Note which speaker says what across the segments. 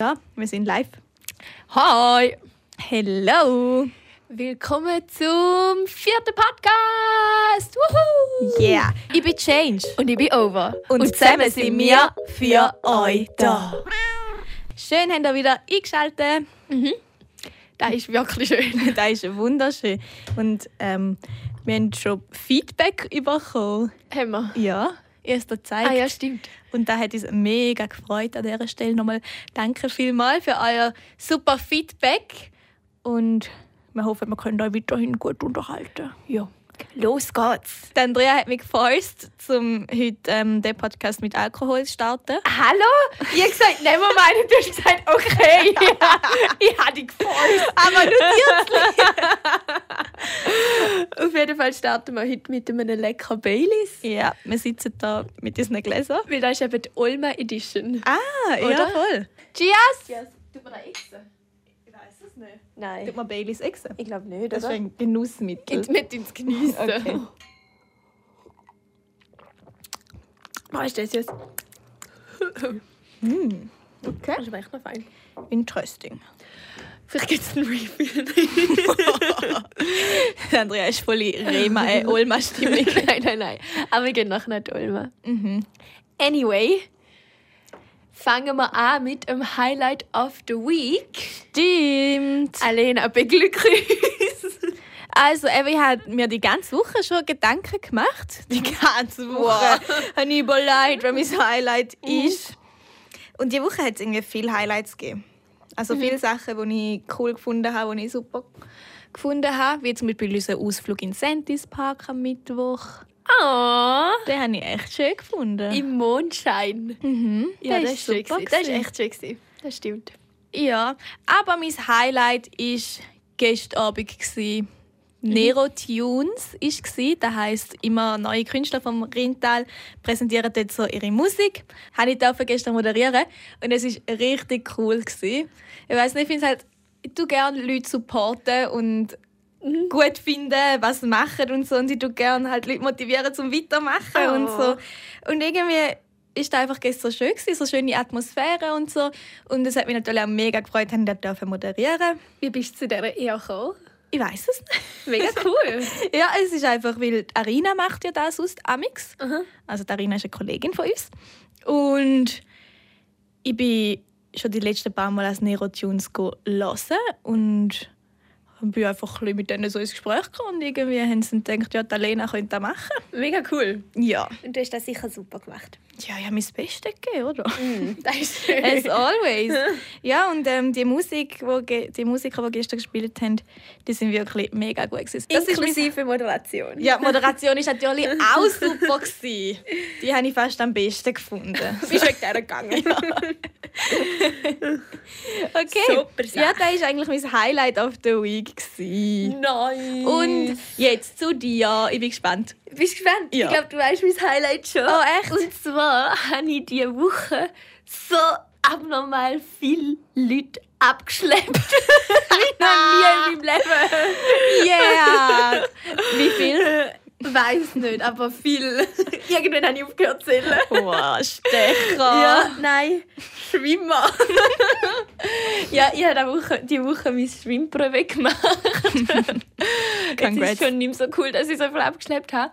Speaker 1: Ja, wir sind live.
Speaker 2: Hi!
Speaker 1: Hello!
Speaker 2: Willkommen zum vierten Podcast! Wuhu!
Speaker 1: Yeah!
Speaker 2: Ich bin Change. Und ich bin Over.
Speaker 1: Und, zusammen sind wir für euch da. Schön, habt ihr wieder eingeschaltet.
Speaker 2: Das ist wirklich schön.
Speaker 1: Das ist wunderschön. Und ähm, wir haben schon Feedback bekommen.
Speaker 2: Haben wir.
Speaker 1: Ja, erster Zeit.
Speaker 2: Ah ja, stimmt.
Speaker 1: Und da hat uns mega gefreut an dieser Stelle. Nochmal danke vielmals für euer super Feedback. Und wir hoffen, wir können euch weiterhin gut unterhalten. Ja.
Speaker 2: Los geht's.
Speaker 1: Die Andrea hat mich geforst, um heute ähm, den Podcast mit Alkohol zu starten.
Speaker 2: Hallo? Ich habe gesagt, nehmen wir mal. Du hast gesagt, okay. ich habe dich gefreut.
Speaker 1: Aber nur
Speaker 2: Auf jeden Fall starten wir heute mit einem leckeren Baileys.
Speaker 1: Ja, wir sitzen da mit diesen Gläsern.
Speaker 2: Weil das ist eben die Olma Edition.
Speaker 1: Ah,
Speaker 2: Oder?
Speaker 1: voll.
Speaker 2: Cheers! Cheers. Tut man da Echsen?
Speaker 1: Ich weiß es nicht.
Speaker 2: Nein.
Speaker 1: man Baileys Echse?
Speaker 2: Ich glaube nicht,
Speaker 1: Das ist
Speaker 2: oder?
Speaker 1: ein Genussmittel.
Speaker 2: Geht mit ins Geniessen.
Speaker 1: Okay.
Speaker 2: Was ist das jetzt?
Speaker 1: Hm. Okay.
Speaker 2: Das schmeckt noch fein.
Speaker 1: Interesting.
Speaker 2: Vielleicht gibt es einen Refill.
Speaker 1: Andrea ist voll Rema, äh, Olma-Stimmung.
Speaker 2: nein, nein, nein. Aber wir gehen nachher nicht Ulmer.
Speaker 1: mhm.
Speaker 2: Anyway, fangen wir an mit dem Highlight of the Week.
Speaker 1: Stimmt.
Speaker 2: Alena, beglücklich.
Speaker 1: Also, Evi hat mir die ganze Woche schon Gedanken gemacht. Die ganze Woche. Habe ich überlegt, was mein Highlight ist. Mhm. Und die Woche hat es irgendwie viele Highlights gegeben. Also viele Sachen, die ich cool gefunden habe, die ich super gefunden habe. Wie zum Beispiel unseren Ausflug in Sentis Park am Mittwoch.
Speaker 2: oh,
Speaker 1: Den habe ich echt schön gefunden.
Speaker 2: im Mondschein.
Speaker 1: mhm. Der
Speaker 2: Ja, das,
Speaker 1: ist
Speaker 2: war schön.
Speaker 1: super
Speaker 2: gewesen. Das ist
Speaker 1: gewesen.
Speaker 2: echt schön. gewesen. Das stimmt.
Speaker 1: Ja, aber mein Highlight war gestern Abend. gsi. Nero Tunes ist gsi, das heißt immer neue Künstler vom Rintal präsentieren dort so ihre Musik. Habe ich dafür gestern moderieren und es ist richtig cool gsi. Ich weiß nicht, ich finde es halt, ich tu gerne Leute supporten und gut finden, was sie machen und so und ich tu gerne halt Leute motivieren zum Weitermachen
Speaker 2: Oh.
Speaker 1: und so und irgendwie ist da einfach gestern schön gewesen, so schöne Atmosphäre und so und es hat mich natürlich auch mega gefreut, dass ich das dürfen moderieren.
Speaker 2: Wie bist du zu dieser Ehe gekommen?
Speaker 1: Ich weiß es nicht.
Speaker 2: Mega cool.
Speaker 1: Ja, es ist einfach, weil die Arina macht ja das sonst Amix.
Speaker 2: Aha.
Speaker 1: Also die Arina ist eine Kollegin von uns. Und ich bin schon die letzten paar Mal als Neurotunes gelesen und bin einfach ein bisschen mit denen so ins Gespräch gekommen und irgendwie haben sie dann gedacht, ja, die Alena könnte das machen.
Speaker 2: Mega cool.
Speaker 1: Ja.
Speaker 2: Und du hast das sicher super gemacht.
Speaker 1: Ja, ich habe mein Bestes gegeben, oder?
Speaker 2: Das ist schön.
Speaker 1: As always. ja, und ähm, die, Musik, wo ge die Musiker, die gestern gespielt haben, die sind wirklich mega gut. Gewesen. Das ist mein
Speaker 2: Moderation.
Speaker 1: Ja, die Moderation war natürlich auch super. Gewesen. Die habe ich fast am besten gefunden.
Speaker 2: Bist wegen dieser gegangen?
Speaker 1: Okay.
Speaker 2: Super Sache.
Speaker 1: ja, das war eigentlich mein Highlight of the Week. Gewesen.
Speaker 2: Nein.
Speaker 1: Und jetzt zu dir. Ich bin gespannt.
Speaker 2: bist du gespannt?
Speaker 1: Ja.
Speaker 2: Ich glaube, du weißt mein Highlight schon.
Speaker 1: Oh, echt?
Speaker 2: Und zwar habe ich diese Woche so abnormal viele Leute abgeschleppt. Wie noch nie in meinem Leben.
Speaker 1: Yeah! Wie viel?
Speaker 2: Weiß nicht, aber viel. Irgendwann habe ich aufgehört zu zählen.
Speaker 1: Wow, Stecher.
Speaker 2: Ja, nein, Schwimmer. ja, ich habe diese Woche, die Woche mein Schwimmprobe gemacht. Das
Speaker 1: Congrats.
Speaker 2: ist schon nicht mehr so cool, dass ich so viel abgeschleppt habe.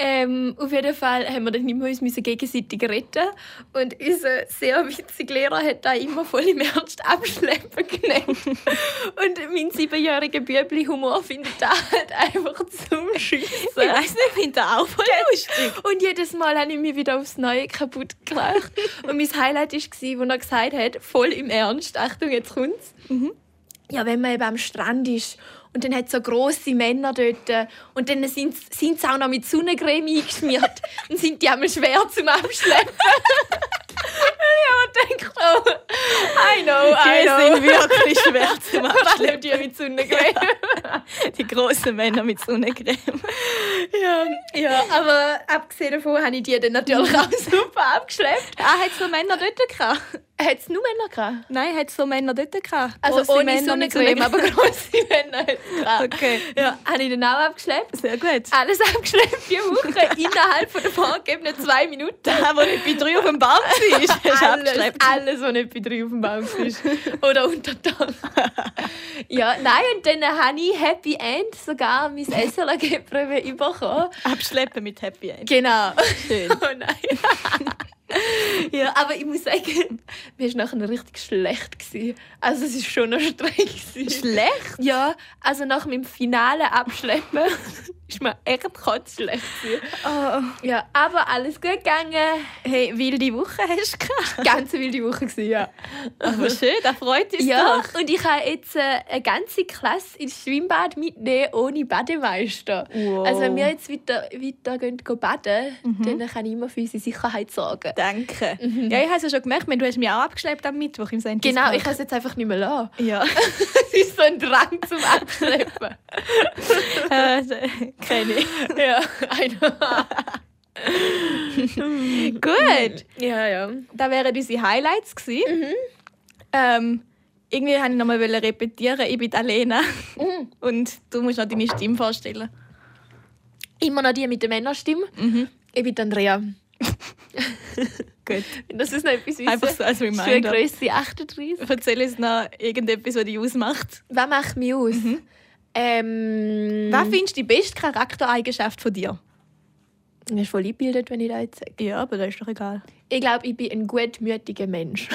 Speaker 2: Ähm, auf jeden Fall haben wir dann immer uns müssen gegenseitig retten und unser sehr witziger Lehrer hat da immer voll im Ernst abschleppen genannt. und mein siebenjähriger Bübli Humor findet da halt einfach zum Schiessen.
Speaker 1: Ich weiß nicht, ich finde das auch voll lustig.
Speaker 2: Und jedes Mal habe ich mich wieder aufs Neue kaputt gelacht. Und mein Highlight war, als er gesagt hat, voll im Ernst, Achtung, jetzt kommt's. Ja, wenn man eben am Strand ist und dann hat so grosse Männer dort äh, und dann sind, sind sie auch noch mit Sonnencreme eingeschmiert, dann sind die einmal schwer zum Abschleppen. und ich denke, oh, I know, I
Speaker 1: Die sind
Speaker 2: know.
Speaker 1: wirklich schwer zu
Speaker 2: Vor
Speaker 1: machen.
Speaker 2: allem die mit Sonnencreme.
Speaker 1: Die grossen Männer mit Sonnencreme.
Speaker 2: ja, ja, aber abgesehen davon habe ich die dann natürlich auch super abgeschleppt.
Speaker 1: Ah, hat es noch Männer dort gehabt?
Speaker 2: Hat es nur Männer gehabt?
Speaker 1: Nein, hat so Männer dort gehabt.
Speaker 2: Also
Speaker 1: Grosse
Speaker 2: ohne
Speaker 1: Männer mit
Speaker 2: Sonnencreme, aber
Speaker 1: Sonnencreme.
Speaker 2: grosse Männer hat es gehabt.
Speaker 1: Okay. Ah.
Speaker 2: Ja, habe ich den auch abgeschleppt.
Speaker 1: Sehr gut.
Speaker 2: Alles abgeschleppt, vier Wochen, innerhalb von der vorgegebenen zwei Minuten.
Speaker 1: Da, wo nicht bei drei auf dem Baum war, ist
Speaker 2: Alles,
Speaker 1: abgeschleppt.
Speaker 2: alles, was nicht bei drei auf dem Baum war. Oder unter Dach. Ja, nein, und dann habe ich Happy End sogar mein SLAG-Probe bekommen.
Speaker 1: ah. Abschleppen mit Happy End.
Speaker 2: Genau.
Speaker 1: Schön.
Speaker 2: Oh nein. ja, aber ich muss sagen, mir war nachher richtig schlecht. Gewesen. Also es war schon noch streng. Gewesen.
Speaker 1: Schlecht?
Speaker 2: Ja, also nach meinem finalen Abschleppen ist mir echt kotzschlecht. gewesen.
Speaker 1: Oh.
Speaker 2: Ja, aber alles gut gegangen.
Speaker 1: Hey, wilde Woche hast du gehabt.
Speaker 2: Ganz eine wilde Woche gewesen, ja.
Speaker 1: Aber schön, das freut uns
Speaker 2: Ja,
Speaker 1: doch.
Speaker 2: und ich habe jetzt äh, eine ganze Klasse ins Schwimmbad mitnehmen ohne Bademeister.
Speaker 1: Wow. Mhm.
Speaker 2: Also wenn wir jetzt weiter, weiter gehen, gehen baden, dann kann ich immer für unsere Sicherheit sorgen.
Speaker 1: Danke. Ja, ich habe es ja schon gemerkt, wenn du hast mich auch abgeschleppt am Mittwoch im Sendung.
Speaker 2: Genau, ich kann es jetzt einfach nicht mehr lassen.
Speaker 1: Ja,
Speaker 2: Es ist so ein Drang zum Abschleppen.
Speaker 1: äh, kenne ich.
Speaker 2: ja, I know.
Speaker 1: Mhm. Gut,
Speaker 2: Ja, ja.
Speaker 1: das wären unsere Highlights gewesen. Ähm, irgendwie wollte ich nochmal repetieren, ich bin Alena.
Speaker 2: Mhm.
Speaker 1: Und du musst noch deine Stimme vorstellen.
Speaker 2: Immer noch die mit der Männerstimme. Ich bin die Andrea.
Speaker 1: Gut.
Speaker 2: Das ist noch etwas wissen.
Speaker 1: Einfach so als
Speaker 2: Für
Speaker 1: Reminder.
Speaker 2: Größe 38.
Speaker 1: Erzähl uns noch irgendetwas, was dich ausmacht.
Speaker 2: Was macht mich aus? Ähm,
Speaker 1: Was findest du die beste Charaktereigenschaft von dir?
Speaker 2: Ich bin voll eingebildet, wenn ich das jetzt sage.
Speaker 1: Ja, aber das ist doch egal.
Speaker 2: Ich glaube, ich bin ein gutmütiger Mensch.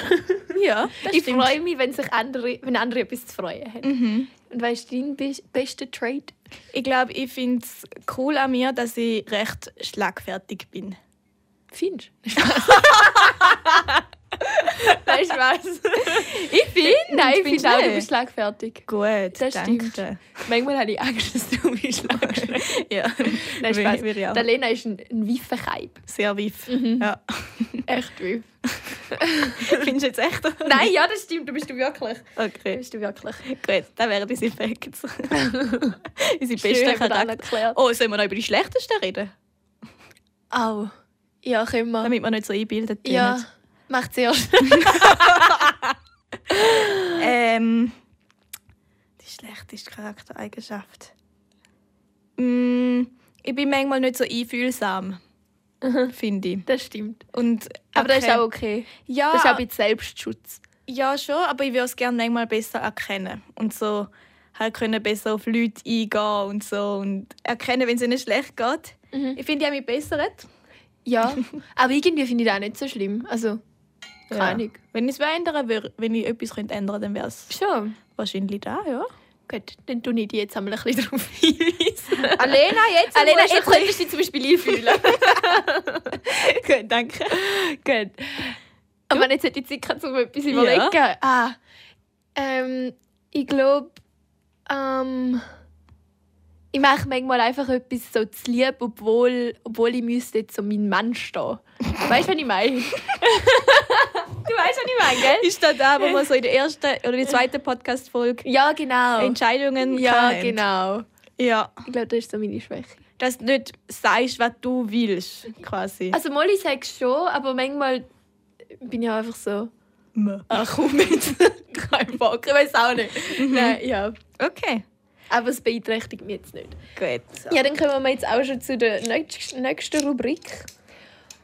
Speaker 1: Ja, das
Speaker 2: ich
Speaker 1: stimmt.
Speaker 2: freue mich, wenn sich andere, wenn andere etwas zu freuen haben. Und weißt du, dein bes- bester Trait?
Speaker 1: Ich glaube, ich finde es cool an mir, dass ich recht schlagfertig bin.
Speaker 2: Findest du? weißt du was?
Speaker 1: Ich bin?
Speaker 2: Nein, ich finde auch, du bist
Speaker 1: nicht.
Speaker 2: schlagfertig.
Speaker 1: Gut,
Speaker 2: Das
Speaker 1: danke.
Speaker 2: stimmt. Manchmal habe ich Angst, dass du mich schlagst.
Speaker 1: Ja,
Speaker 2: Nein,
Speaker 1: Will-
Speaker 2: Spaß.
Speaker 1: will ich auch.
Speaker 2: Die Lena ist ein, ein Wiffenkeib.
Speaker 1: sehr wiff.
Speaker 2: Mhm.
Speaker 1: Ja.
Speaker 2: Echt Wiff.
Speaker 1: Findest du jetzt echt?
Speaker 2: Nein, ja, das stimmt. Du bist du wirklich. Du
Speaker 1: Okay,
Speaker 2: bist du wirklich.
Speaker 1: gut, das wären unsere Facts. unsere
Speaker 2: Schön,
Speaker 1: besten
Speaker 2: haben wir das
Speaker 1: Charakter.
Speaker 2: erklärt.
Speaker 1: Oh, sollen wir noch über die schlechtesten reden?
Speaker 2: Au. Ja, können wir.
Speaker 1: Damit wir nicht so einbildet sind.
Speaker 2: Ja, macht zuerst.
Speaker 1: Ähm, die schlechteste Charaktereigenschaft. Mm, ich bin manchmal nicht so einfühlsam, finde ich.
Speaker 2: Das stimmt.
Speaker 1: Und,
Speaker 2: Mhm. Aber das ist
Speaker 1: erken-
Speaker 2: auch okay.
Speaker 1: ja,
Speaker 2: Das ist auch ein bisschen Selbstschutz.
Speaker 1: ja, schon, aber ich würde es gerne manchmal besser erkennen. Und so halt können besser auf Leute eingehen und so. Und erkennen, wenn es ihnen schlecht geht. Ich finde, ich habe mich bessert.
Speaker 2: Ja. Aber irgendwie finde ich das auch nicht so schlimm. Also, keine Ahnung.
Speaker 1: Wenn ich es ändern würde, wenn ich etwas könnte ändern könnte, dann wäre es
Speaker 2: Schon.
Speaker 1: wahrscheinlich da, ja.
Speaker 2: Gut, dann tue ich dich jetzt einmal ein bisschen darauf hinweisen.
Speaker 1: Alena, jetzt
Speaker 2: Alena,
Speaker 1: musst du
Speaker 2: jetzt könntest du dich zum Beispiel einfühlen.
Speaker 1: Gut, danke.
Speaker 2: Gut. Aber jetzt hätte ich Zeit gehabt, um etwas überlegen. Ah, ähm, ich glaube, ähm, ich mache manchmal einfach etwas so zu lieb, obwohl, obwohl ich müsste jetzt so meinen Mann stehen. Weißt du, was ich meine? du weißt, was ich meine, gell?
Speaker 1: Ist das da, wo wir so in der ersten oder die zweiten Podcast-Folge
Speaker 2: Ja, genau.
Speaker 1: Entscheidungen
Speaker 2: Ja,
Speaker 1: hatten?
Speaker 2: genau.
Speaker 1: Ja,
Speaker 2: Ich glaube, das ist so meine Schwäche.
Speaker 1: dass du nicht sagst, was du willst, quasi.
Speaker 2: Also, Molly sagt schon, aber manchmal bin ich auch einfach so. ah,
Speaker 1: Ach,
Speaker 2: Komm mit. Kein Bock. Ich weiß auch nicht. Nein, ja.
Speaker 1: okay.
Speaker 2: Aber es beeinträchtigt mich jetzt nicht.
Speaker 1: Gut.
Speaker 2: Ja, dann kommen wir jetzt auch schon zu der nächst- nächsten Rubrik.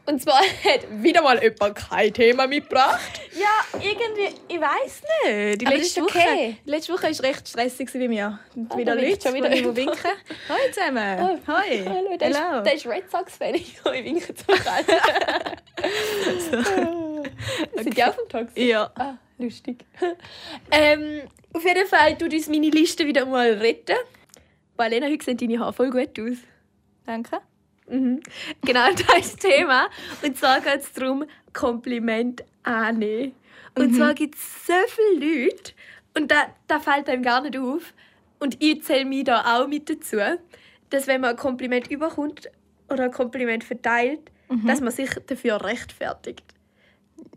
Speaker 2: Und zwar hat wieder mal jemand kein Thema mitgebracht.
Speaker 1: Ja, irgendwie, ich weiß nicht. Die
Speaker 2: Aber
Speaker 1: letzte
Speaker 2: das ist okay.
Speaker 1: Woche, die letzte Woche war recht stressig bei mir. Und
Speaker 2: Ah,
Speaker 1: wieder
Speaker 2: da winkt
Speaker 1: Leute,
Speaker 2: schon wieder
Speaker 1: die mir
Speaker 2: jemand.
Speaker 1: winken. Hoi zusammen.
Speaker 2: Oh,
Speaker 1: Hoi.
Speaker 2: Hallo, der,
Speaker 1: Hello.
Speaker 2: Ist, der ist Red Sox-Fan. Ich winke zum Kalle. Sind die auch vom Tox?
Speaker 1: Ja.
Speaker 2: Ah, lustig. ähm, auf jeden Fall tut uns meine Liste wieder mal retten. Weil Lena, heute sehen deine Haare voll gut aus.
Speaker 1: Danke.
Speaker 2: Genau, das ist das Thema. Und zwar geht es darum, Kompliment annehmen. Und zwar gibt es so viele Leute, und da, da fällt einem gar nicht auf, und ich zähle mich da auch mit dazu, dass wenn man ein Kompliment überkommt oder ein Kompliment verteilt, dass man sich dafür rechtfertigt.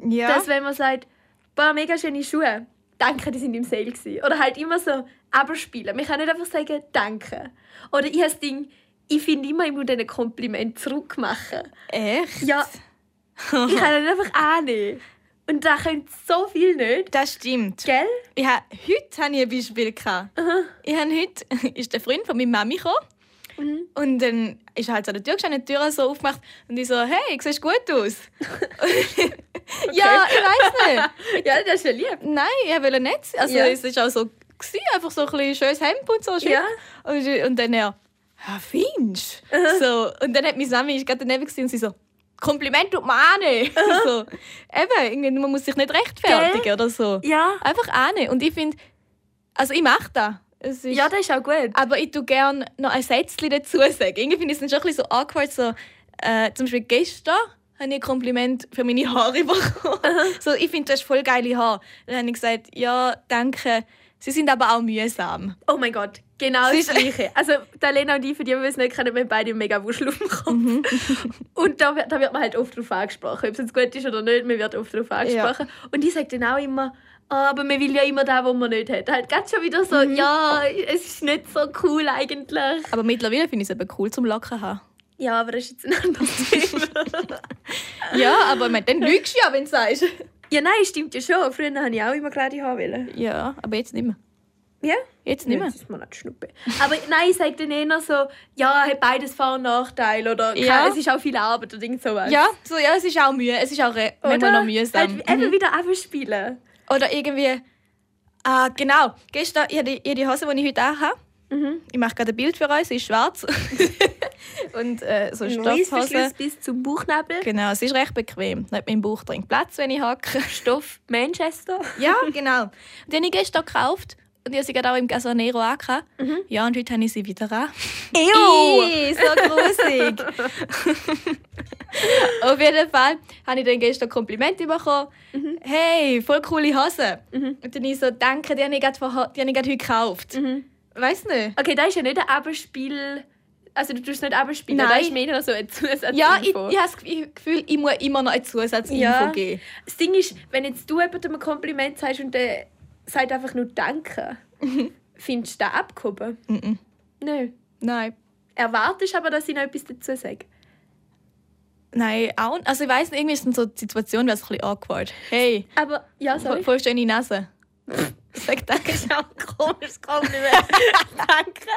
Speaker 1: Ja.
Speaker 2: Dass wenn man sagt, boah, mega schöne Schuhe, danke, die sind im Sale gewesen. Oder halt immer so, aber spielen. Man kann nicht einfach sagen, danke. Oder ich habe das Ding, ich finde immer, ich muss ihnen ein Kompliment zurückmachen.
Speaker 1: Echt?
Speaker 2: Ja. Ich kann ihn einfach annehmen. Und da können so viel nicht.
Speaker 1: Das stimmt.
Speaker 2: Gell?
Speaker 1: Ich ha, heute hatte ich ein Beispiel. gehabt. Ich han heute ist der Freund von meiner Mami gekommen. Und dann ist er halt so an der Tür gestanden, die Tür so aufgemacht und ich so, hey, siehst gut aus. Ja, ich weiß nicht.
Speaker 2: ja, das ist ja lieb.
Speaker 1: Nein, ich wollte nicht. Also
Speaker 2: Ja.
Speaker 1: es war auch so, gewesen, einfach so ein bisschen schönes Hemd und so. schick.
Speaker 2: Ja.
Speaker 1: Und, und dann er, ja, findest so Und dann hat meine Mami, ich gerade daneben gesehen und sie so, Kompliment tut man annehmen. so, eben, irgendwie, man muss sich nicht rechtfertigen oder so.
Speaker 2: Ja.
Speaker 1: Einfach annehmen. Und ich finde, also ich mache das. Es ist,
Speaker 2: Ja, das ist auch gut.
Speaker 1: aber ich tue gerne noch ein Sätzchen dazu sagen. Irgendwie finde ich es dann schon ein bisschen so awkward. So, äh, zum Beispiel gestern habe ich ein Kompliment für meine Haare bekommen. so, ich finde, du hast voll geile Haare. Dann habe ich gesagt, ja, danke. Sie sind aber auch mühsam.
Speaker 2: Oh mein Gott, genau
Speaker 1: Sie
Speaker 2: das Gleiche. Also, da Lena und ich, für die, die es nicht kennen, wir haben beide mega Wuschel auf dem
Speaker 1: Mhm.
Speaker 2: Kopf. und da, wird- da wird man halt oft drauf angesprochen. Ob es jetzt gut ist oder nicht, man wird oft drauf angesprochen. Und ich sage dann auch immer, «Ah, aber man will ja immer das, was man nicht hat. Halt ganz schon wieder so, ja, es ist nicht so cool eigentlich.
Speaker 1: Aber mittlerweile finde ich es eben cool zum Locken haben.
Speaker 2: Ja, aber das ist jetzt ein anderes Thema.
Speaker 1: Ja, aber ich meine, dann lügst du ja, wenn du sagst.
Speaker 2: ja, nein, stimmt ja schon. Früher habe ich auch immer gerade haben wollen.
Speaker 1: Ja, aber jetzt nicht mehr.
Speaker 2: Ja?
Speaker 1: Jetzt nicht mehr.
Speaker 2: Jetzt ist mir nicht Schnuppe. Aber nein, ich sage dann eher so, ja, hat beides Vor- und Nachteile oder
Speaker 1: Ja.
Speaker 2: ja. es ist auch viel Arbeit oder irgend sowas.
Speaker 1: Ja, so, ja, es ist auch Mühe. Es ist auch re- manchmal noch
Speaker 2: Halt,
Speaker 1: mühsam.
Speaker 2: Eben wieder einfach spielen.
Speaker 1: Oder irgendwie. Ah, genau. Gestern, ich habe die, ich habe die Hose, die ich heute auch habe. Ich mache gerade ein Bild für euch. Sie ist schwarz. Und äh, so Stoffhose.
Speaker 2: Stoffverschluss bis zum Bauchnabel.
Speaker 1: Genau, es ist recht bequem. Nicht mein Bauch drin Platz, wenn ich hacke.
Speaker 2: Stoff Manchester.
Speaker 1: ja, genau. Und die habe ich gestern gekauft. Und ich habe sie gerade auch im Casonero angehabt. Ja, und heute habe ich sie wieder an.
Speaker 2: Ew!
Speaker 1: Ih, so grusig. Auf jeden Fall habe ich dann gestern Komplimente bekommen. Hey, voll coole Hose. Und dann ich so, danke, die habe ich gerade vorher- die habe ich gerade heute
Speaker 2: Mhm.
Speaker 1: gekauft. Weiß nicht.
Speaker 2: Okay, da ist ja nicht ein Abspiel. Also du tust nicht Abspielen,
Speaker 1: Nein.
Speaker 2: da ist mehr noch so ein Zusatz.
Speaker 1: Ja, ich, ich habe das Ge- Gefühl, ich muss immer noch eine Zusatzinfo
Speaker 2: Ja.
Speaker 1: geben.
Speaker 2: Das Ding ist, wenn jetzt du jemandem ein Kompliment sagst und der sagt einfach nur Danke, findest du das abgehoben?
Speaker 1: Mhm.
Speaker 2: Nein.
Speaker 1: Nein.
Speaker 2: Erwartest aber, dass ich noch etwas dazu sage.
Speaker 1: Nein, auch nicht. Also ich weiß nicht, irgendwie ist dann so die Situation wäre es ein bisschen awkward. Hey,
Speaker 2: Aber ja, sorry.
Speaker 1: voll schöne Nase. Sag danke.
Speaker 2: ist auch ein komisches Kompliment. Danke.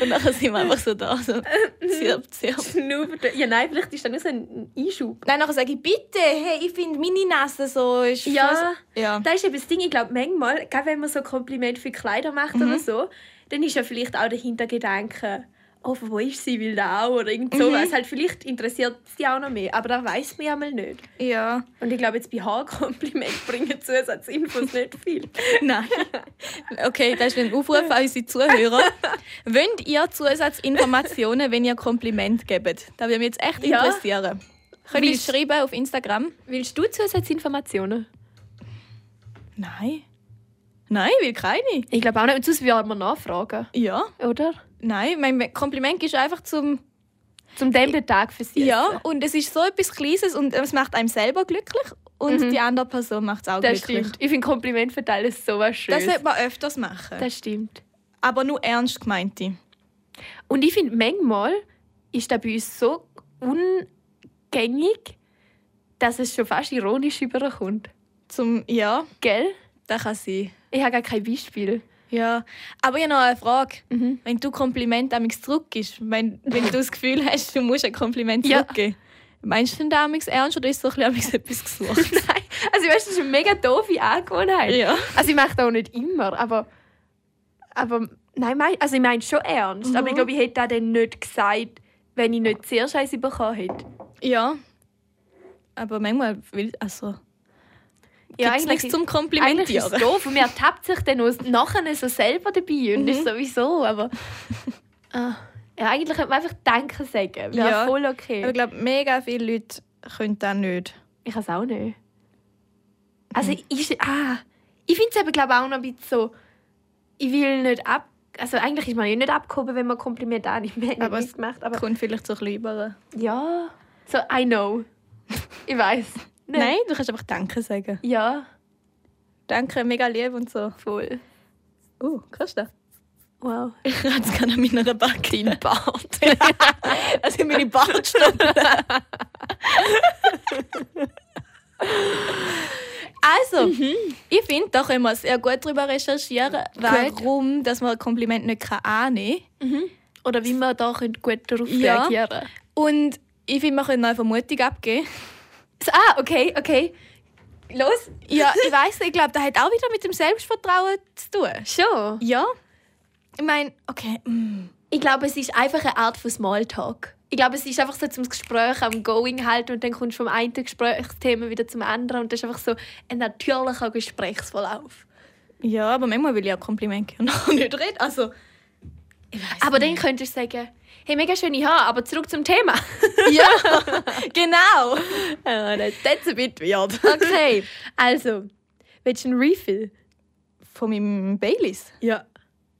Speaker 1: Und dann sind wir einfach so da. So, zirp, zirp.
Speaker 2: Schnuppertöne. Ja, nein, vielleicht ist da nur so ein Einschub.
Speaker 1: Nein, nachher sage ich, bitte, hey, ich finde meine Nase so... Ist voll
Speaker 2: Ja.
Speaker 1: so- ja.
Speaker 2: Da ist eben das Ding, ich glaube, manchmal, gerade wenn man so Kompliment für Kleider macht oder so, dann ist ja vielleicht auch der Hintergedanke, oh, von wo ist sie, will da auch oder irgend sowas. Halt, vielleicht interessiert sie auch noch mehr, aber da weiß man ja mal nicht.
Speaker 1: Ja.
Speaker 2: Und ich glaube, jetzt bei Haarkompliment bringen Zusatzinfos nicht viel.
Speaker 1: Nein. Okay, das ist ein Aufruf an unsere Zuhörer. Wollt ihr Zusatzinformationen, wenn ihr Kompliment gebt? Da würde mich jetzt echt
Speaker 2: Ja.
Speaker 1: interessieren. Könnt ihr es schreiben auf Instagram?
Speaker 2: Willst du Zusatzinformationen?
Speaker 1: Nein. Nein, will keine.
Speaker 2: Ich glaube auch nicht, sonst würden wir nachfragen,
Speaker 1: Ja.
Speaker 2: oder?
Speaker 1: Nein, mein Kompliment ist einfach zum...
Speaker 2: Zum dem den Tag für sie.
Speaker 1: Ja, und es ist so etwas Kleines und es macht einem selber glücklich und die andere Person macht es auch
Speaker 2: Mhm. Das
Speaker 1: glücklich.
Speaker 2: stimmt. Ich finde Kompliment verteilen ist sowas
Speaker 1: Das
Speaker 2: Schönes.
Speaker 1: sollte man öfters machen.
Speaker 2: das stimmt.
Speaker 1: aber nur ernst gemeinte.
Speaker 2: Und ich finde, manchmal ist das bei uns so ungängig, dass es schon fast ironisch überkommt.
Speaker 1: Zum ja,
Speaker 2: Gell?
Speaker 1: das kann sein.
Speaker 2: Ich habe gar kein Beispiel.
Speaker 1: Ja, aber ich habe noch eine Frage.
Speaker 2: Mhm.
Speaker 1: Wenn du Kompliment amigs zurückgibst, wenn, wenn du das Gefühl hast, du musst ein Kompliment
Speaker 2: Ja.
Speaker 1: zurückgeben, meinst du denn da amigs ernst oder ist so ein bisschen amigs etwas gesucht?
Speaker 2: Nein. Also, weißt du, das ist eine mega doofe Angewohnheit.
Speaker 1: ja.
Speaker 2: Also, ich mache das auch nicht immer, aber. Aber. Nein, mein, also ich meine schon ernst. Aber ich glaube, ich hätte das dann nicht gesagt, wenn ich nicht zuerst eins bekommen hätte.
Speaker 1: Ja. Aber manchmal will also
Speaker 2: Ja,
Speaker 1: gibt's nichts zum
Speaker 2: Eigentlich ist es
Speaker 1: Komplimentieren.
Speaker 2: doof und man ertappt sich dann aus- nachher so selber dabei und ist sowieso, aber... Ah. ja, eigentlich könnte man einfach «Danke» sagen, wäre
Speaker 1: Ja.
Speaker 2: voll
Speaker 1: Aber ich
Speaker 2: okay.
Speaker 1: glaube, mega viele Leute können das nicht.
Speaker 2: Ich kann es auch nicht. Also ich... Ah, ich finde es eben glaube auch noch ein bisschen so... Ich will nicht ab... Also eigentlich ist man ja nicht abgehoben, wenn man Komplimente annimmt. Wir haben
Speaker 1: Aber
Speaker 2: aber
Speaker 1: es-
Speaker 2: nichts gemacht, aber...
Speaker 1: Kommt vielleicht so ein bisschen über. äh,
Speaker 2: Ja... So, I know. ich weiß.
Speaker 1: Nein. du kannst einfach Danke sagen.
Speaker 2: Ja,
Speaker 1: Danke, mega lieb und so.
Speaker 2: voll.
Speaker 1: Uh, kannst du das?
Speaker 2: Wow.
Speaker 1: Ich hatte es gerade an meiner Backe. Dein Bart. also meine Bartstunden. Also, ich finde, da können wir sehr gut drüber recherchieren, warum dass man ein Kompliment nicht kann annehmen kann.
Speaker 2: Oder wie man da könnte gut darauf
Speaker 1: Ja.
Speaker 2: reagieren
Speaker 1: Und ich finde, man könnte eine Vermutung abgeben.
Speaker 2: So, ah, okay, okay. Los?
Speaker 1: Ja, ich weiß ich glaube, das hat auch wieder mit dem Selbstvertrauen zu tun.
Speaker 2: Schon.
Speaker 1: Ja. Ich meine, okay, mm,
Speaker 2: Ich glaube, es ist einfach eine Art von Smalltalk. Ich glaube, es ist einfach so zum Gespräch am Going halten und dann kommst du vom einen Gesprächsthema wieder zum anderen und das ist einfach so ein natürlicher Gesprächsverlauf.
Speaker 1: ja, aber manchmal will ich auch Kompliment gerne auch nicht reden. Also, ich weiss
Speaker 2: Aber dann könntest du sagen, hey, mega schöne Haare, aber zurück zum Thema.
Speaker 1: nicht. Ja, genau.
Speaker 2: That's a bit
Speaker 1: weird.
Speaker 2: Okay, also, willst du ein Refill?
Speaker 1: Von meinem Baileys?
Speaker 2: Ja.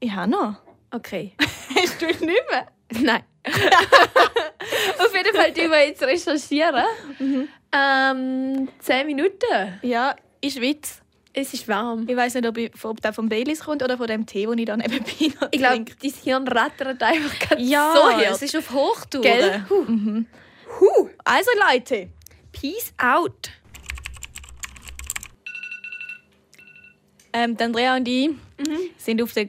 Speaker 1: Ich habe noch.
Speaker 2: Okay.
Speaker 1: Hast du nicht mehr?
Speaker 2: Nein. Auf jeden Fall, die wir jetzt recherchieren. Mhm. Ähm, zehn Minuten.
Speaker 1: Ja, ist Witz.
Speaker 2: Es ist warm.
Speaker 1: Ich weiß nicht, ob, ich, ob der vom Baileys kommt oder von dem Tee, den ich dann eben bin.
Speaker 2: Ich glaube, dein Hirn rattert einfach gerade
Speaker 1: ja,
Speaker 2: so her.
Speaker 1: es ist auf Hochtouren.
Speaker 2: Gell?
Speaker 1: Mhm. Also Leute,
Speaker 2: Peace out.
Speaker 1: ähm, die Andrea und ich sind, auf der,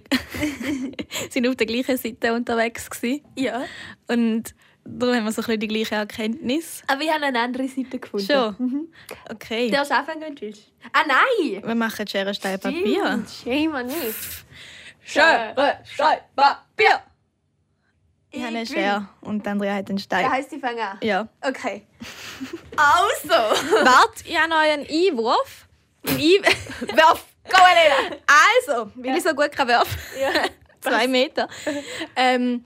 Speaker 1: sind auf der gleichen Seite unterwegs gewesen.
Speaker 2: Ja.
Speaker 1: und darum haben wir so ein bisschen die gleiche Erkenntnis.
Speaker 2: Aber ich habe eine andere Seite gefunden.
Speaker 1: Schon? Okay.
Speaker 2: Du darfst anfangen, wenn du willst. Ah, nein!
Speaker 1: Wir machen Schere, Stein, Papier.
Speaker 2: Stimmt. Shame on me.
Speaker 1: Stein, Papier! Ich,
Speaker 2: Ich
Speaker 1: habe eine
Speaker 2: bin-
Speaker 1: Schere und die Andrea hat einen Stein.
Speaker 2: Das heisst, ich fange an.
Speaker 1: Ja.
Speaker 2: Okay. Also!
Speaker 1: Warte, ich habe noch einen Einwurf. Ein Ein-
Speaker 2: Werf! Go, Elena!
Speaker 1: also, weil ich so gut kann werfen
Speaker 2: Ja.
Speaker 1: zwei Meter. Ähm,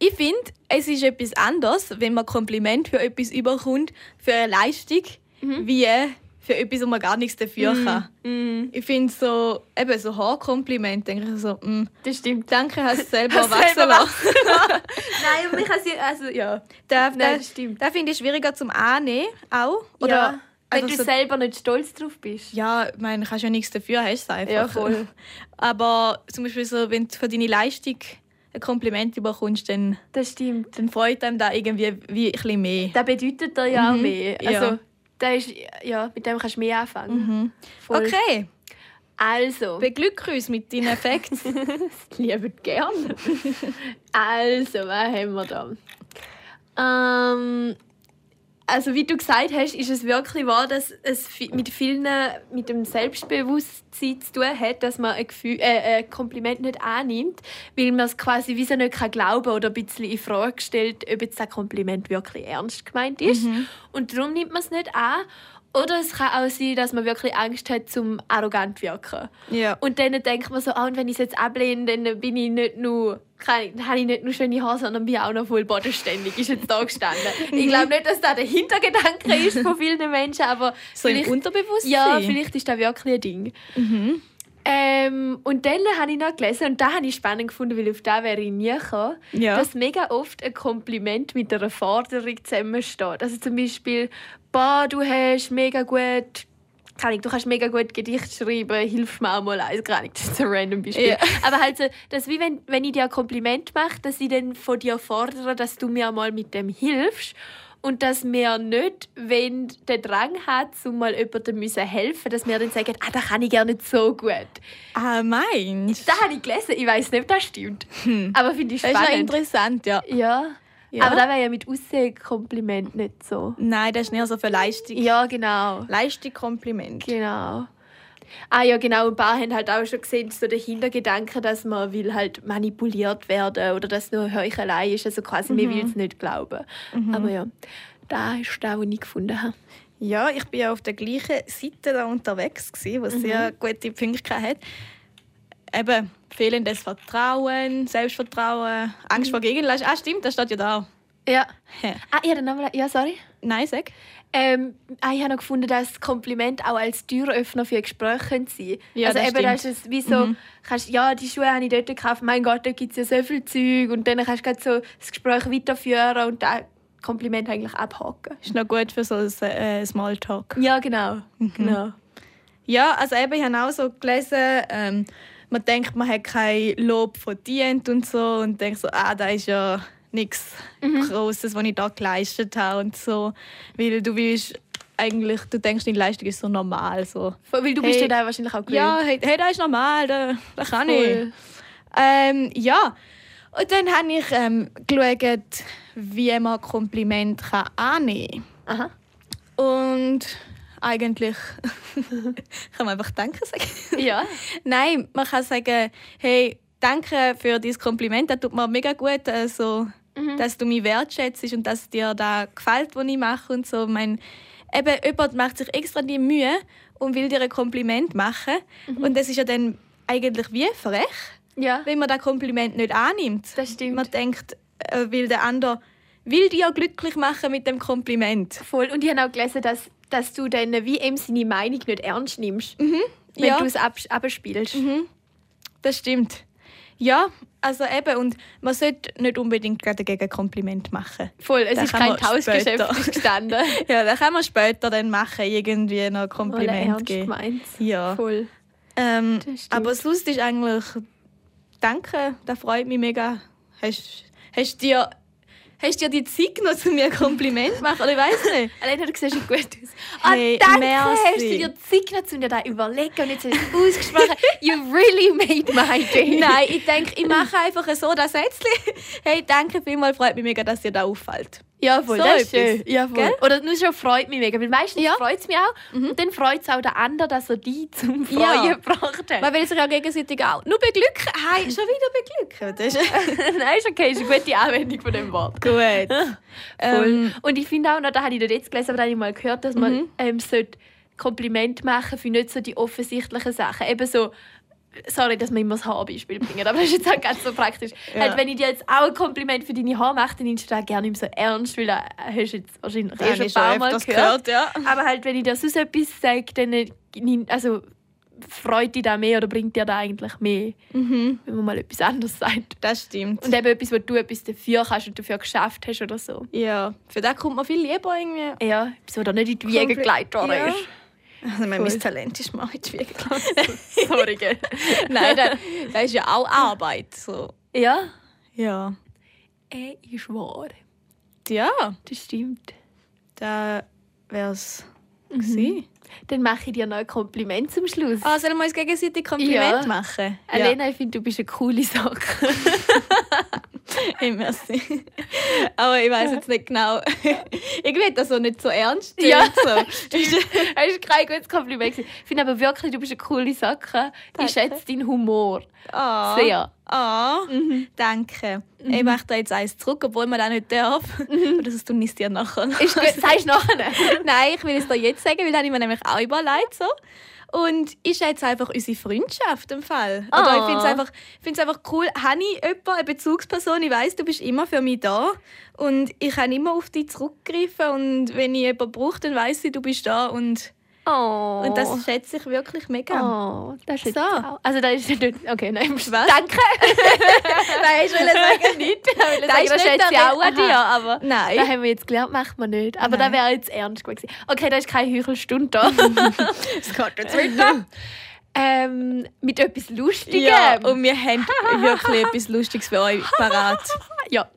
Speaker 1: ich finde, es ist etwas anderes, wenn man Kompliment für etwas überkommt, für eine Leistung,
Speaker 2: Mhm.
Speaker 1: wie äh, für etwas, wo man gar nichts dafür kann.
Speaker 2: Mhm.
Speaker 1: Ich finde so, eben so Haarkompliment, denke ich so, mm,
Speaker 2: Das stimmt.
Speaker 1: danke, hast du selber
Speaker 2: Hast du
Speaker 1: wachsen
Speaker 2: selber
Speaker 1: lassen.
Speaker 2: Nein, aber ich kann sie. Also, ja.
Speaker 1: Da,
Speaker 2: Nein,
Speaker 1: da,
Speaker 2: das stimmt.
Speaker 1: da finde ich schwieriger zum Annehmen auch. Oder
Speaker 2: Oder wenn
Speaker 1: einfach so-
Speaker 2: du selber nicht stolz drauf bist.
Speaker 1: Ja, ich meine, kannst ja nichts dafür, hast es einfach.
Speaker 2: Ja, voll.
Speaker 1: Aber zum Beispiel so, wenn du für deine Leistung ein Kompliment bekommst, dann,
Speaker 2: Das stimmt.
Speaker 1: dann freut einem da irgendwie wie ein bisschen mehr.
Speaker 2: Das bedeutet dir ja auch
Speaker 1: Mhm.
Speaker 2: mehr.
Speaker 1: Ja. Mhm.
Speaker 2: Also, da ist, ja, mit dem kannst du mehr anfangen. Voll.
Speaker 1: Okay,
Speaker 2: Also,
Speaker 1: beglück uns mit deinen Effekten.
Speaker 2: liebe gern. also, was haben wir da? Ähm, also, wie du gesagt hast, ist es wirklich wahr, dass es vi- mit vielen mit dem Selbstbewusstsein zu tun hat, dass man ein, Gefühl, äh, ein Kompliment nicht annimmt, weil man es quasi wie so nicht kann glauben oder ein bisschen in Frage stellt, ob jetzt das Kompliment wirklich ernst gemeint ist. Und darum nimmt man es nicht an. Oder es kann auch sein, dass man wirklich Angst hat, zum arrogant wirken.
Speaker 1: ja.
Speaker 2: Und dann denkt man so, ah, und wenn ich es jetzt ablehne, dann bin ich nicht nur, kann, dann habe ich nicht nur schöne Haare, sondern bin auch noch voll bodenständig, ist jetzt da gestanden. ich glaube nicht, dass das der Hintergedanke ist von vielen Menschen, aber
Speaker 1: So im
Speaker 2: vielleicht,
Speaker 1: Unterbewusstsein.
Speaker 2: ja, vielleicht ist das wirklich ein Ding.
Speaker 1: Mhm.
Speaker 2: Ähm, und dann habe ich noch gelesen, und da habe ich spannend gefunden, weil auf das wäre ich nie gekommen,
Speaker 1: Ja.
Speaker 2: dass mega oft ein Kompliment mit einer Forderung zusammensteht. Also zum Beispiel, «Bah, du hast mega gut, keine Ahnung, du kannst mega gut Gedicht schreiben, hilf mir auch mal eins», keine Ahnung, das ist ein random Beispiel.
Speaker 1: Ja.
Speaker 2: Aber halt so, dass wie wenn, wenn ich dir ein Kompliment mache, dass ich dann von dir fordere, dass du mir mal mit dem hilfst. Und dass wir nicht, wenn der Drang hat, um mal jemandem müssen helfen, dass wir dann sagen, ah, das kann ich gar nicht so gut.
Speaker 1: Ah, meinst du?
Speaker 2: Das habe ich gelesen. Ich weiß nicht, ob das stimmt. Aber finde ich
Speaker 1: Hm. Das ist ja
Speaker 2: spannend.
Speaker 1: interessant, ja.
Speaker 2: ja.
Speaker 1: Ja.
Speaker 2: Aber das wäre ja mit Aussehen-Kompliment nicht so.
Speaker 1: Nein, das ist nicht so für Leistung.
Speaker 2: Ja, genau.
Speaker 1: Leistung, Kompliment.
Speaker 2: Genau. Ah ja, genau. Ein paar haben halt auch schon gesehen, so der Hintergedanke, dass man will halt manipuliert werden oder dass nur Heuchelei ist. Also quasi, man will es nicht glauben. Aber ja, da ist das, was ich gefunden habe.
Speaker 1: Ja, ich bin ja auf der gleichen Seite da unterwegs, gewesen, was sehr gute Pünktlichkeit hat. Eben, fehlendes Vertrauen, Selbstvertrauen, Angst vor Gegenleistung. Ah, stimmt, das steht ja da.
Speaker 2: Ja.
Speaker 1: Hä.
Speaker 2: Ah, ich habe den Namen. Ja, sorry.
Speaker 1: Nein, sag.
Speaker 2: Ähm, ah, ich habe noch gefunden, dass das Kompliment auch als Türöffner für Gespräche sein können.
Speaker 1: Ja,
Speaker 2: also
Speaker 1: das
Speaker 2: eben, dass es wie so, kannst, ja, die Schuhe habe ich dort gekauft, mein Gott, da gibt es ja so viel Zeug und dann kannst du grad so das Gespräch weiterführen und das Kompliment eigentlich abhaken.
Speaker 1: Ist noch gut für so ein äh, Smalltalk.
Speaker 2: Ja, genau. genau.
Speaker 1: Ja, also eben, ich habe auch so gelesen, ähm, man denkt, man hat kein Lob verdient und so und denkt so, ah, da ist ja nichts Großes, was ich da geleistet habe und so, weil du willst eigentlich, du denkst, deine Leistung ist so normal. So.
Speaker 2: Weil du
Speaker 1: Hey.
Speaker 2: bist ja da wahrscheinlich auch gewesen.
Speaker 1: Ja, hey, hey, das ist normal, das, das kann
Speaker 2: Voll.
Speaker 1: ich. Ähm, ja. Und dann habe ich ähm, geschaut, wie man Kompliment kann annehmen
Speaker 2: Aha.
Speaker 1: kann. Und eigentlich kann man einfach Danke sagen.
Speaker 2: Ja.
Speaker 1: Nein, man kann sagen, hey, danke für dieses Kompliment, das tut mir mega gut, also,
Speaker 2: Mhm.
Speaker 1: dass du mich wertschätzt und dass dir da gefällt, was ich mache und so. Ich meine, eben, jemand macht sich extra die Mühe und will dir ein Kompliment machen
Speaker 2: Mhm.
Speaker 1: und das ist ja dann eigentlich wie frech,
Speaker 2: Ja.
Speaker 1: wenn man das Kompliment nicht annimmt.
Speaker 2: Das stimmt.
Speaker 1: Man denkt, äh, will der andere will dich ja glücklich machen mit dem Kompliment.
Speaker 2: Voll. Und ich habe auch gelesen, dass, dass du deine WM seine Meinung nicht ernst nimmst, wenn
Speaker 1: ja.
Speaker 2: du es ab, abspielst.
Speaker 1: Das stimmt. Ja, also eben, und man sollte nicht unbedingt gerade gegen Kompliment machen.
Speaker 2: Voll. Es
Speaker 1: Dann
Speaker 2: ist
Speaker 1: kann
Speaker 2: kein
Speaker 1: man
Speaker 2: Tauschgeschäft
Speaker 1: später.
Speaker 2: ist gestanden.
Speaker 1: Ja, das kann man später dann machen, irgendwie noch
Speaker 2: Voll
Speaker 1: Kompliment
Speaker 2: Oh, ernst
Speaker 1: geben.
Speaker 2: gemeint.
Speaker 1: Ja.
Speaker 2: Voll.
Speaker 1: Ähm,
Speaker 2: Das stimmt.
Speaker 1: aber sonst ist eigentlich Danke, das freut mich mega. Hast, hast dir hast dir die Zeit genommen, um mir ein Kompliment zu machen? Oder ich weiß nicht.
Speaker 2: Allein hat er gesehen, schon gut aus.
Speaker 1: Hey,
Speaker 2: ah, danke,
Speaker 1: merci.
Speaker 2: hast du dir Zeit genommen, um dir das überlegen und jetzt hast du es ausgesprochen. you really made my day.
Speaker 1: Nein, ich denke, ich mache einfach so das Sätzchen. Hey, danke vielmals, freut mich mega, dass dir da auffällt.
Speaker 2: Ja, voll,
Speaker 1: So
Speaker 2: das ist schön.
Speaker 1: etwas.
Speaker 2: Ja, voll. Oh,
Speaker 1: Gell?
Speaker 2: Oder nur schon freut mich mega, weil meistens
Speaker 1: Ja. Mhm.
Speaker 2: freut es mich auch. Und dann freut es auch der andere, dass er dich zum Freuen
Speaker 1: Ja.
Speaker 2: gebracht hat.
Speaker 1: Man will sich ja gegenseitig auch nur beglücken. Hey, schon wieder beglücken. Das ist
Speaker 2: Nein, ist okay, ist eine gute Anwendung von dem Wort.
Speaker 1: gut.
Speaker 2: Voll.
Speaker 1: ähm,
Speaker 2: und ich finde auch noch, da habe ich nicht jetzt gelesen, aber da habe ich mal gehört, dass
Speaker 1: Mhm.
Speaker 2: man ähm, sollte Kompliment machen für nicht so die offensichtlichen Sachen. Eben so, sorry, dass man immer das Haarbeispiel bringt, aber das ist jetzt auch ganz so praktisch.
Speaker 1: Ja.
Speaker 2: Halt, wenn ich dir jetzt auch ein Kompliment für deine Haare mache, dann nimmst du das gerne nicht mehr so ernst, weil das hast du jetzt wahrscheinlich
Speaker 1: das
Speaker 2: eh
Speaker 1: habe
Speaker 2: schon ein
Speaker 1: ich schon
Speaker 2: paar Mal
Speaker 1: öfters
Speaker 2: gehört.
Speaker 1: gehört. ja.
Speaker 2: Aber halt, wenn ich dir sonst etwas sage, dann äh, nimm- also, freut dich da mehr oder bringt dir da eigentlich mehr,
Speaker 1: Mhm,
Speaker 2: wenn man mal etwas anderes sagt.
Speaker 1: das stimmt.
Speaker 2: Und eben etwas, wo du etwas dafür kannst und dafür geschafft hast oder so.
Speaker 1: ja, für das kommt man viel lieber irgendwie.
Speaker 2: Ja, bis er da nicht in die Wiege
Speaker 1: Komplett-
Speaker 2: gelegt worden
Speaker 1: Ja.
Speaker 2: ist.
Speaker 1: Also mein,
Speaker 2: Voll.
Speaker 1: mein Talent ist mal nicht schwierig.
Speaker 2: Sorry, gell?
Speaker 1: Nein, das, das ist ja auch Arbeit. So.
Speaker 2: Ja,
Speaker 1: Ja.
Speaker 2: er ist wahr.
Speaker 1: Ja,
Speaker 2: Das stimmt.
Speaker 1: da wäre es.
Speaker 2: Mhm. Dann mache ich dir noch ein Kompliment zum Schluss.
Speaker 1: Mhm. Ah, sollen wir uns gegenseitig Kompliment
Speaker 2: Ja.
Speaker 1: machen?
Speaker 2: Elena, ich finde, du bist eine coole Sache.
Speaker 1: Hey, merci. Aber ich weiß jetzt nicht genau. ich will das so nicht so ernst
Speaker 2: Ja,
Speaker 1: tönt, so.
Speaker 2: Das ist kein gutes Kompliment. gewesen. Ich finde aber wirklich, du bist eine coole Sache.
Speaker 1: Danke.
Speaker 2: Ich schätze deinen Humor
Speaker 1: Ah.
Speaker 2: sehr. Mhm.
Speaker 1: Ah, danke. Ich mache da jetzt eins zurück, obwohl man das nicht darf. Oder sonst tun es dir nachher.
Speaker 2: Mhm. Ist gut, sagst du nachher.
Speaker 1: Nein, ich will es dir jetzt sagen, weil das habe ich mir nämlich auch überlegt. So. Und ist jetzt einfach unsere Freundschaft im Fall. Oder ich
Speaker 2: Ah.
Speaker 1: finde es einfach, ich find's einfach cool. Habe ich jemanden, eine Bezugsperson, ich weiss, du bist immer für mich da. Und ich kann immer auf dich zurückgreifen. Und wenn ich jemanden brauche, dann weiss ich, du bist da. Und,
Speaker 2: Oh.
Speaker 1: und das schätze ich wirklich mega.
Speaker 2: Oh, das ist
Speaker 1: So.
Speaker 2: auch. Also, das ist nicht. Okay, nein, im Spaß.
Speaker 1: Was?
Speaker 2: Danke.
Speaker 1: Nein, ich will sagen, nicht.
Speaker 2: Ich will
Speaker 1: Das
Speaker 2: sagen,
Speaker 1: ist
Speaker 2: Das
Speaker 1: nicht
Speaker 2: schätze ich
Speaker 1: der
Speaker 2: auch an
Speaker 1: Re-
Speaker 2: dir, aber.
Speaker 1: Nein.
Speaker 2: Das haben wir jetzt gelernt, macht man nicht. Aber da
Speaker 1: Nein.
Speaker 2: wäre jetzt ernst gewesen. Okay, da ist keine Heuchelstunde da.
Speaker 1: Das geht jetzt
Speaker 2: ähm, mit etwas Lustigem.
Speaker 1: Ja,
Speaker 2: um-
Speaker 1: und wir haben wirklich etwas Lustiges für euch parat.
Speaker 2: Ja.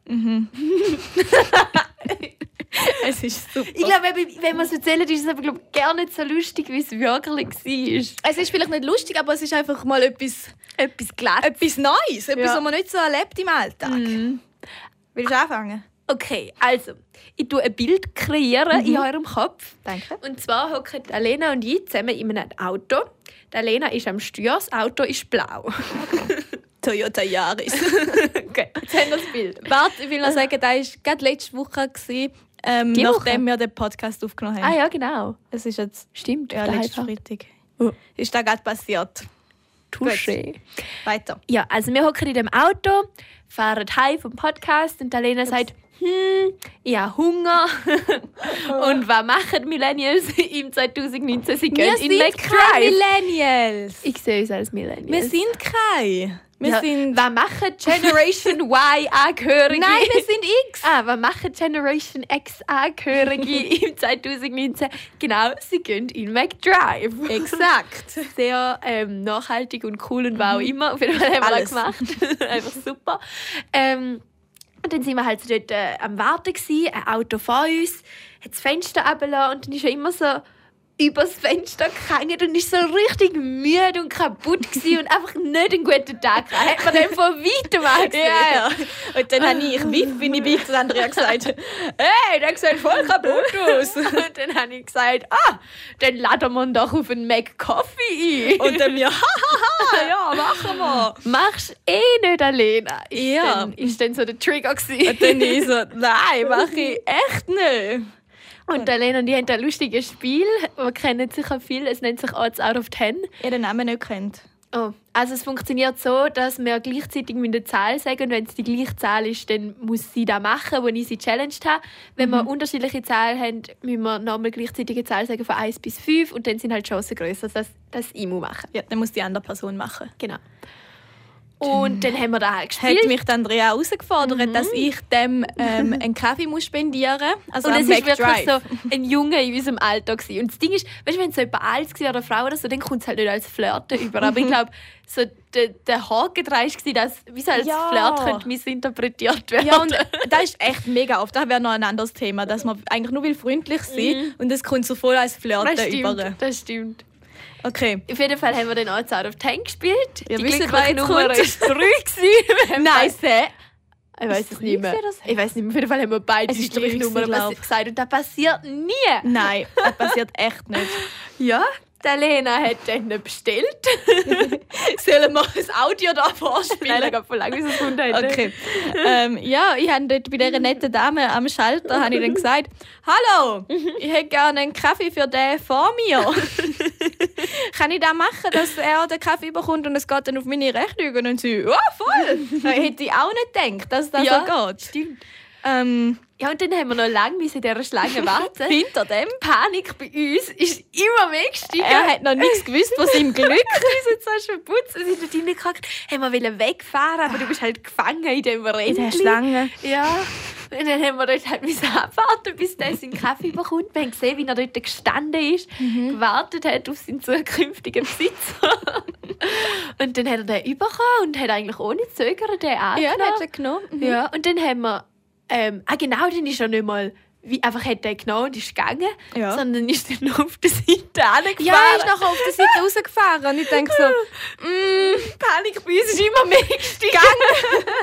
Speaker 1: Es ist super.
Speaker 2: Ich glaube, eben, wenn wir es erzählen, ist es aber glaube ich, gar nicht so lustig, wie es wirklich war.
Speaker 1: es ist vielleicht nicht lustig, aber es ist einfach mal etwas,
Speaker 2: Etwas glatt.
Speaker 1: etwas Neues. Etwas,
Speaker 2: Ja.
Speaker 1: was man nicht so erlebt im Alltag. Willst du anfangen?
Speaker 2: Okay, also, ich tue ein Bild kreieren in eurem Kopf.
Speaker 1: Danke.
Speaker 2: Und zwar hocken die Alena und ich zusammen in einem Auto. Die Alena ist am Steuer, das Auto ist blau.
Speaker 1: Toyota Yaris.
Speaker 2: Okay, jetzt haben wir das Bild.
Speaker 1: Warte, ich will noch sagen, das war gerade letzte Woche, gewesen, ähm,
Speaker 2: Die Woche?
Speaker 1: nachdem wir den Podcast aufgenommen
Speaker 2: Ah
Speaker 1: haben.
Speaker 2: ja, genau.
Speaker 1: Es ist jetzt
Speaker 2: Stimmt,
Speaker 1: ja,
Speaker 2: auf der
Speaker 1: letzten
Speaker 2: Heimfahrt.
Speaker 1: Freitag.
Speaker 2: Ja.
Speaker 1: Ist da gerade passiert.
Speaker 2: Touché.
Speaker 1: Weiter.
Speaker 2: Ja, also wir hocken in dem Auto, fahren heim vom Podcast und Alena sagt, hm, ich habe Hunger. und was machen Millennials im 2019? Sie gehen
Speaker 1: Wir
Speaker 2: in
Speaker 1: sind keine
Speaker 2: McDrive.
Speaker 1: Millennials.
Speaker 2: Ich sehe uns als Millennials.
Speaker 1: Wir sind keine. Wir
Speaker 2: ja,
Speaker 1: sind...
Speaker 2: Was machen Generation Y Angehörige?
Speaker 1: Nein, wir sind X.
Speaker 2: Ah, was machen Generation X Angehörige im 2019? Genau, sie gehen in McDrive.
Speaker 1: Exakt. Mhm.
Speaker 2: sehr ähm, nachhaltig und cool und war auch immer. Auf jeden Fall haben wir das
Speaker 1: Alles.
Speaker 2: gemacht. Einfach super. Ähm, Und dann sind wir halt so dort äh, am Warten, gewesen, ein Auto vor uns, hat das Fenster runtergelassen und dann ist er immer so übers Fenster gehängt und ist so richtig müde und kaputt gewesen und einfach nicht einen guten Tag gehabt. Hat man den von weitem angesehen.
Speaker 1: Ja, ja. Und dann habe ich, wie bin ich bei zu Andrea gesagt, hey, der sieht voll kaputt aus.
Speaker 2: Und dann habe ich gesagt, ah, dann laden wir ihn doch auf einen McCoffee ein.
Speaker 1: Und dann mir, hahaha, ja, machen wir.
Speaker 2: Machst eh nicht alleine. Ist
Speaker 1: Ja.
Speaker 2: Dann, ist dann so der Trigger gewesen.
Speaker 1: Und dann ich so, nein, mache ich echt nicht.
Speaker 2: Und Alena und ich haben ein lustiges Spiel. Wir kennen sicher viel. Es nennt sich Odds Out of Ten.
Speaker 1: Ihr den Namen nicht kennt.
Speaker 2: Oh. Also es funktioniert so, dass wir gleichzeitig mit der Zahl sagen und wenn es die gleiche Zahl ist, dann muss sie das machen, wo ich sie challenged habe. Wenn
Speaker 1: Mhm.
Speaker 2: wir unterschiedliche Zahlen haben, müssen wir nochmal gleichzeitige Zahlen sagen von 1 bis 5 und dann sind halt die Chancen grösser, dass das Imu machen.
Speaker 1: Ja, dann muss die andere Person machen.
Speaker 2: Genau. Und dann haben wir da halt
Speaker 1: Hat
Speaker 2: gespielt.
Speaker 1: mich die Andrea herausgefordert, dass ich dem ähm, einen Kaffee muss spendieren muss. Also
Speaker 2: Und
Speaker 1: am
Speaker 2: es war
Speaker 1: McDrive.
Speaker 2: wirklich so ein Junge in unserem Alter. Gewesen. Und das Ding ist, weißt du, wenn es so jemand alt war oder eine Frau oder so, dann kommt es halt nicht als Flirten über. Aber ich glaube, so der, der Haken dran war, dass wie es als
Speaker 1: Ja.
Speaker 2: Flirt könnte missinterpretiert werden.
Speaker 1: Ja, und das ist echt mega oft. Das wäre noch ein anderes Thema, dass man eigentlich nur will freundlich sein und es kommt so voll als Flirten
Speaker 2: das
Speaker 1: über.
Speaker 2: stimmt, das stimmt.
Speaker 1: Okay.
Speaker 2: Auf jeden Fall haben wir dann auch Out of Tank gespielt.
Speaker 1: Ihr
Speaker 2: Die
Speaker 1: wisst,
Speaker 2: glückliche
Speaker 1: wer jetzt
Speaker 2: Nummer
Speaker 1: kommt.
Speaker 2: ist drei gewesen.
Speaker 1: Nein, sehr.
Speaker 2: Ich weiß es
Speaker 1: Ist
Speaker 2: nicht mehr.
Speaker 1: drei gewesen oder
Speaker 2: Ich weiß nicht mehr. Auf jeden Fall haben wir beide
Speaker 1: Es
Speaker 2: die
Speaker 1: ist drei
Speaker 2: gleiche Nummer
Speaker 1: gewesen, glaub.
Speaker 2: gesagt. Und das passiert nie.
Speaker 1: Nein, das passiert echt nicht.
Speaker 2: Ja, die Lena hat dann bestellt.
Speaker 1: Sollen wir ein Audio da
Speaker 2: Nein, da
Speaker 1: vorspielen?
Speaker 2: geht voll lang, wie es Hund hat. ne?
Speaker 1: Okay. ähm, ja, ich habe dort bei dieser netten Dame am Schalter habe ich dann gesagt, «Hallo,
Speaker 2: Mhm.
Speaker 1: ich hätte gerne einen Kaffee für den vor mir. Kann ich das machen, dass er den Kaffee bekommt und es geht dann auf meine Rechnung?» Und dann sie, «Ja, voll!» Da hätte ich auch nicht gedacht, dass das so
Speaker 2: Ja,
Speaker 1: geht.
Speaker 2: Stimmt.
Speaker 1: Ähm,
Speaker 2: Ja, und dann haben wir noch lange müssen in dieser Schlange warten. Die
Speaker 1: hinter dem,
Speaker 2: Panik bei uns ist immer mehr gestiegen.
Speaker 1: er hat noch nichts gewusst von seinem Glück.
Speaker 2: Wir sind so verputzt und sind dort reingekackt. Haben wir wollen wegfahren, aber du bist halt gefangen in dem Rennen. Ja. Und dann haben wir dort halt müssen abwarten, bis der seinen Kaffee bekommt. Wir haben gesehen, wie er dort gestanden ist,
Speaker 1: Mhm.
Speaker 2: gewartet hat auf seinen zukünftigen Besitzer. und dann hat er den bekommen und hat eigentlich ohne Zögern den
Speaker 1: Ja,
Speaker 2: angenommen.
Speaker 1: das hat er genommen. Mhm.
Speaker 2: Ja, und dann haben wir. Ähm, ah, genau, dann ist er nicht mal. Wie, einfach hat er genommen und ist gegangen,
Speaker 1: Ja.
Speaker 2: sondern ist dann noch auf der Seite angefahren.
Speaker 1: Ja, er ist nachher auf der Seite rausgefahren und ich denke so,
Speaker 2: Panik bei uns Mm, ist immer mehr gestiegen.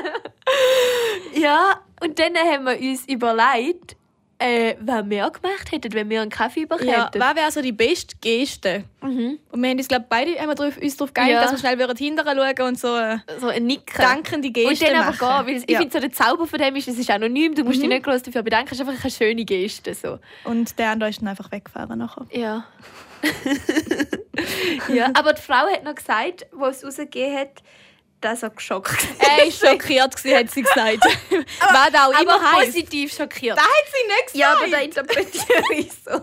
Speaker 2: ja, und dann haben wir uns überlegt, äh, was wir gemacht hätten, wenn wir einen Kaffee bekommen
Speaker 1: ja,
Speaker 2: hätten.
Speaker 1: was wäre so die beste Geste?
Speaker 2: Mhm.
Speaker 1: Und wir haben uns, glaube beide einmal drauf, uns darauf geeinigt,
Speaker 2: Ja.
Speaker 1: dass wir schnell würden hinterher schauen und so äh, eine
Speaker 2: So ein Nicken.
Speaker 1: dankende Geste
Speaker 2: und dann
Speaker 1: machen.
Speaker 2: aber gehen, weil ich
Speaker 1: ja. Mhm.
Speaker 2: finde, so der Zauber von dem ist, es ist anonym, du musst dich nicht groß dafür bedanken, es ist einfach eine schöne Geste. So.
Speaker 1: Und der andere ist dann einfach weggefahren nachher.
Speaker 2: Ja. ja. Aber die Frau hat noch gesagt, wo es rausgegeben hat, dass er geschockt
Speaker 1: Er war schockiert, gewesen, hat sie gesagt. Was das auch immer
Speaker 2: Aber
Speaker 1: heisst.
Speaker 2: positiv schockiert.
Speaker 1: Da hat sie nicht gesagt.
Speaker 2: ja, aber da interpretiere ich so.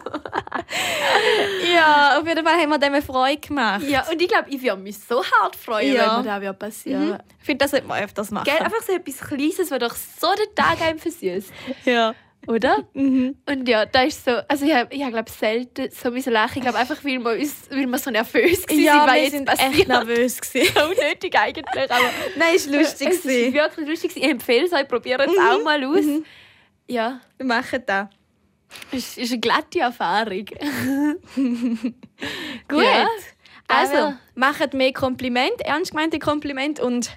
Speaker 1: Ja, auf jeden Fall haben wir dem eine Freude gemacht.
Speaker 2: Ja, und ich glaube, ich würde mich so hart freuen,
Speaker 1: Ja.
Speaker 2: wenn mir das wieder passieren
Speaker 1: Mhm. Ich finde, das sollte man öfters machen.
Speaker 2: Gell, einfach so etwas Kleines, was doch so den Tag einem versüßt,
Speaker 1: Ja.
Speaker 2: oder?
Speaker 1: Mhm.
Speaker 2: Und ja, da ist so, also ich habe, ich hab, glaube selten so müssen lachen. Ich glaube einfach, weil wir, uns, weil wir so nervös waren,
Speaker 1: Ja,
Speaker 2: weil
Speaker 1: wir
Speaker 2: jetzt
Speaker 1: sind
Speaker 2: passiert.
Speaker 1: echt nervös. gewesen.
Speaker 2: unnötig eigentlich, aber
Speaker 1: Nein, es war lustig.
Speaker 2: es ist
Speaker 1: gewesen.
Speaker 2: wirklich lustig. gewesen. Mhm. Ich empfehle es euch, probiert es auch mal aus. Ja,
Speaker 1: Macht das.
Speaker 2: es ist eine glatte Erfahrung.
Speaker 1: Gut.
Speaker 2: Ja.
Speaker 1: Also,
Speaker 2: Aber-
Speaker 1: macht mehr Kompliment, ernst gemeinte Kompliment und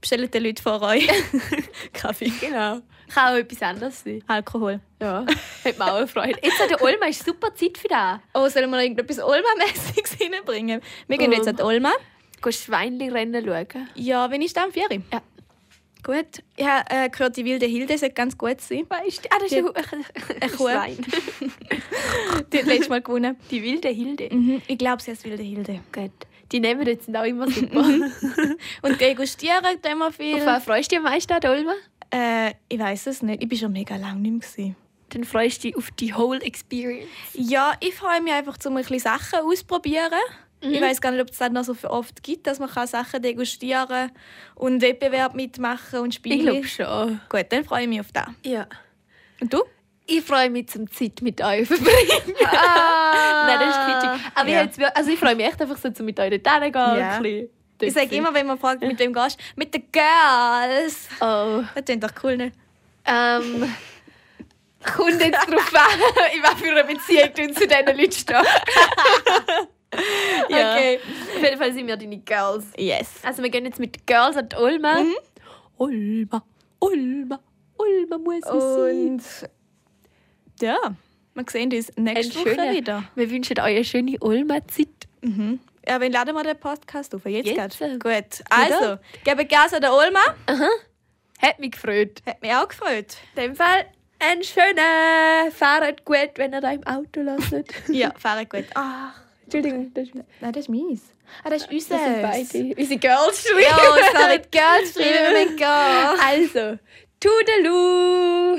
Speaker 1: bestellt den Leuten vor euch Kaffee,
Speaker 2: Genau. Kann auch etwas anderes sein.
Speaker 1: Alkohol.
Speaker 2: Ja, hat mir auch eine Freude. Jetzt hat der Olma ist super Zeit für das.
Speaker 1: Oh, sollen wir noch irgendetwas Olma-mäßiges hineinbringen? Wir gehen
Speaker 2: Ähm.
Speaker 1: jetzt an die Olma.
Speaker 2: Geh Schweinli-Rennen schauen.
Speaker 1: Ja, wenn ich dann vieri.
Speaker 2: Ja.
Speaker 1: Gut. Ich habe äh, gehört, die wilde Hilde sollte ganz gut sein.
Speaker 2: Weißt du, ah, das ist
Speaker 1: Die-
Speaker 2: eine Hu-
Speaker 1: eine
Speaker 2: ein
Speaker 1: Kuh.
Speaker 2: Schwein.
Speaker 1: Die hat letztes Mal gewonnen.
Speaker 2: Die wilde Hilde.
Speaker 1: Mhm, ich glaube, sie heißt wilde Hilde.
Speaker 2: Gut. Die nehmen jetzt sind auch immer super. Auf
Speaker 1: Und degustieren tun wir viel.
Speaker 2: wen freust du dich am meisten, Dolma?
Speaker 1: Äh, ich weiß es nicht. Ich war schon mega lange nicht mehr. gewesen.
Speaker 2: Dann freust du dich auf die whole experience.
Speaker 1: Ja, ich freue mich einfach, um ein bisschen Sachen auszuprobieren. Ich weiß gar nicht, ob es das noch so oft gibt, dass man kann Sachen degustieren kann und Wettbewerb mitmachen und
Speaker 2: Ich
Speaker 1: spielen.
Speaker 2: glaube schon.
Speaker 1: Gut, dann freue ich mich auf das.
Speaker 2: Ja.
Speaker 1: Und du?
Speaker 2: Ich freue mich zum Zeit mit euch verbringen. Ah. Nein, das ist kitschig. Aber
Speaker 1: Ja.
Speaker 2: ich, jetzt, wir- also ich freue mich echt einfach so, zum mit euch dort hingehen.
Speaker 1: Ja.
Speaker 2: ein bisschen dort
Speaker 1: Ich sage
Speaker 2: sein.
Speaker 1: immer, wenn man fragt, mit wem gehst du, mit den Girls.
Speaker 2: Oh.
Speaker 1: Das klingt doch cool, ne?
Speaker 2: Ähm, kommt jetzt drauf an, in was für einer Beziehung du zu diesen Leuten stehst.
Speaker 1: Ja.
Speaker 2: Okay. Auf jeden Fall sind wir deine Girls.
Speaker 1: Yes.
Speaker 2: Also wir gehen jetzt mit Girls an die Ulma.
Speaker 1: Ulma, Ulma, Ulma muss es sein.
Speaker 2: Und
Speaker 1: Ja, wir sehen uns nächste
Speaker 2: Eine
Speaker 1: Woche
Speaker 2: schöne-
Speaker 1: wieder.
Speaker 2: wir wünschen euch eine schöne Ulma-Zeit.
Speaker 1: Mhm. Ja, wen laden wir den Podcast auf? Jetzt,
Speaker 2: Jetzt.
Speaker 1: gerade. Gut. Also, gebe Gas an der Olma.
Speaker 2: Hat mich gefreut.
Speaker 1: Hat mich auch gefreut.
Speaker 2: In dem Fall einen schönen Fahrt gut, wenn ihr da im Auto lasst.
Speaker 1: Ja, fahren gut. Ah,
Speaker 2: Entschuldigung, das sind
Speaker 1: nein, das ist meins. Ah, das ist unseres.
Speaker 2: beide. Unsere Girls
Speaker 1: Ja, sorry, die Girls schreiben wir mit Gas.
Speaker 2: Also, Toodaloo!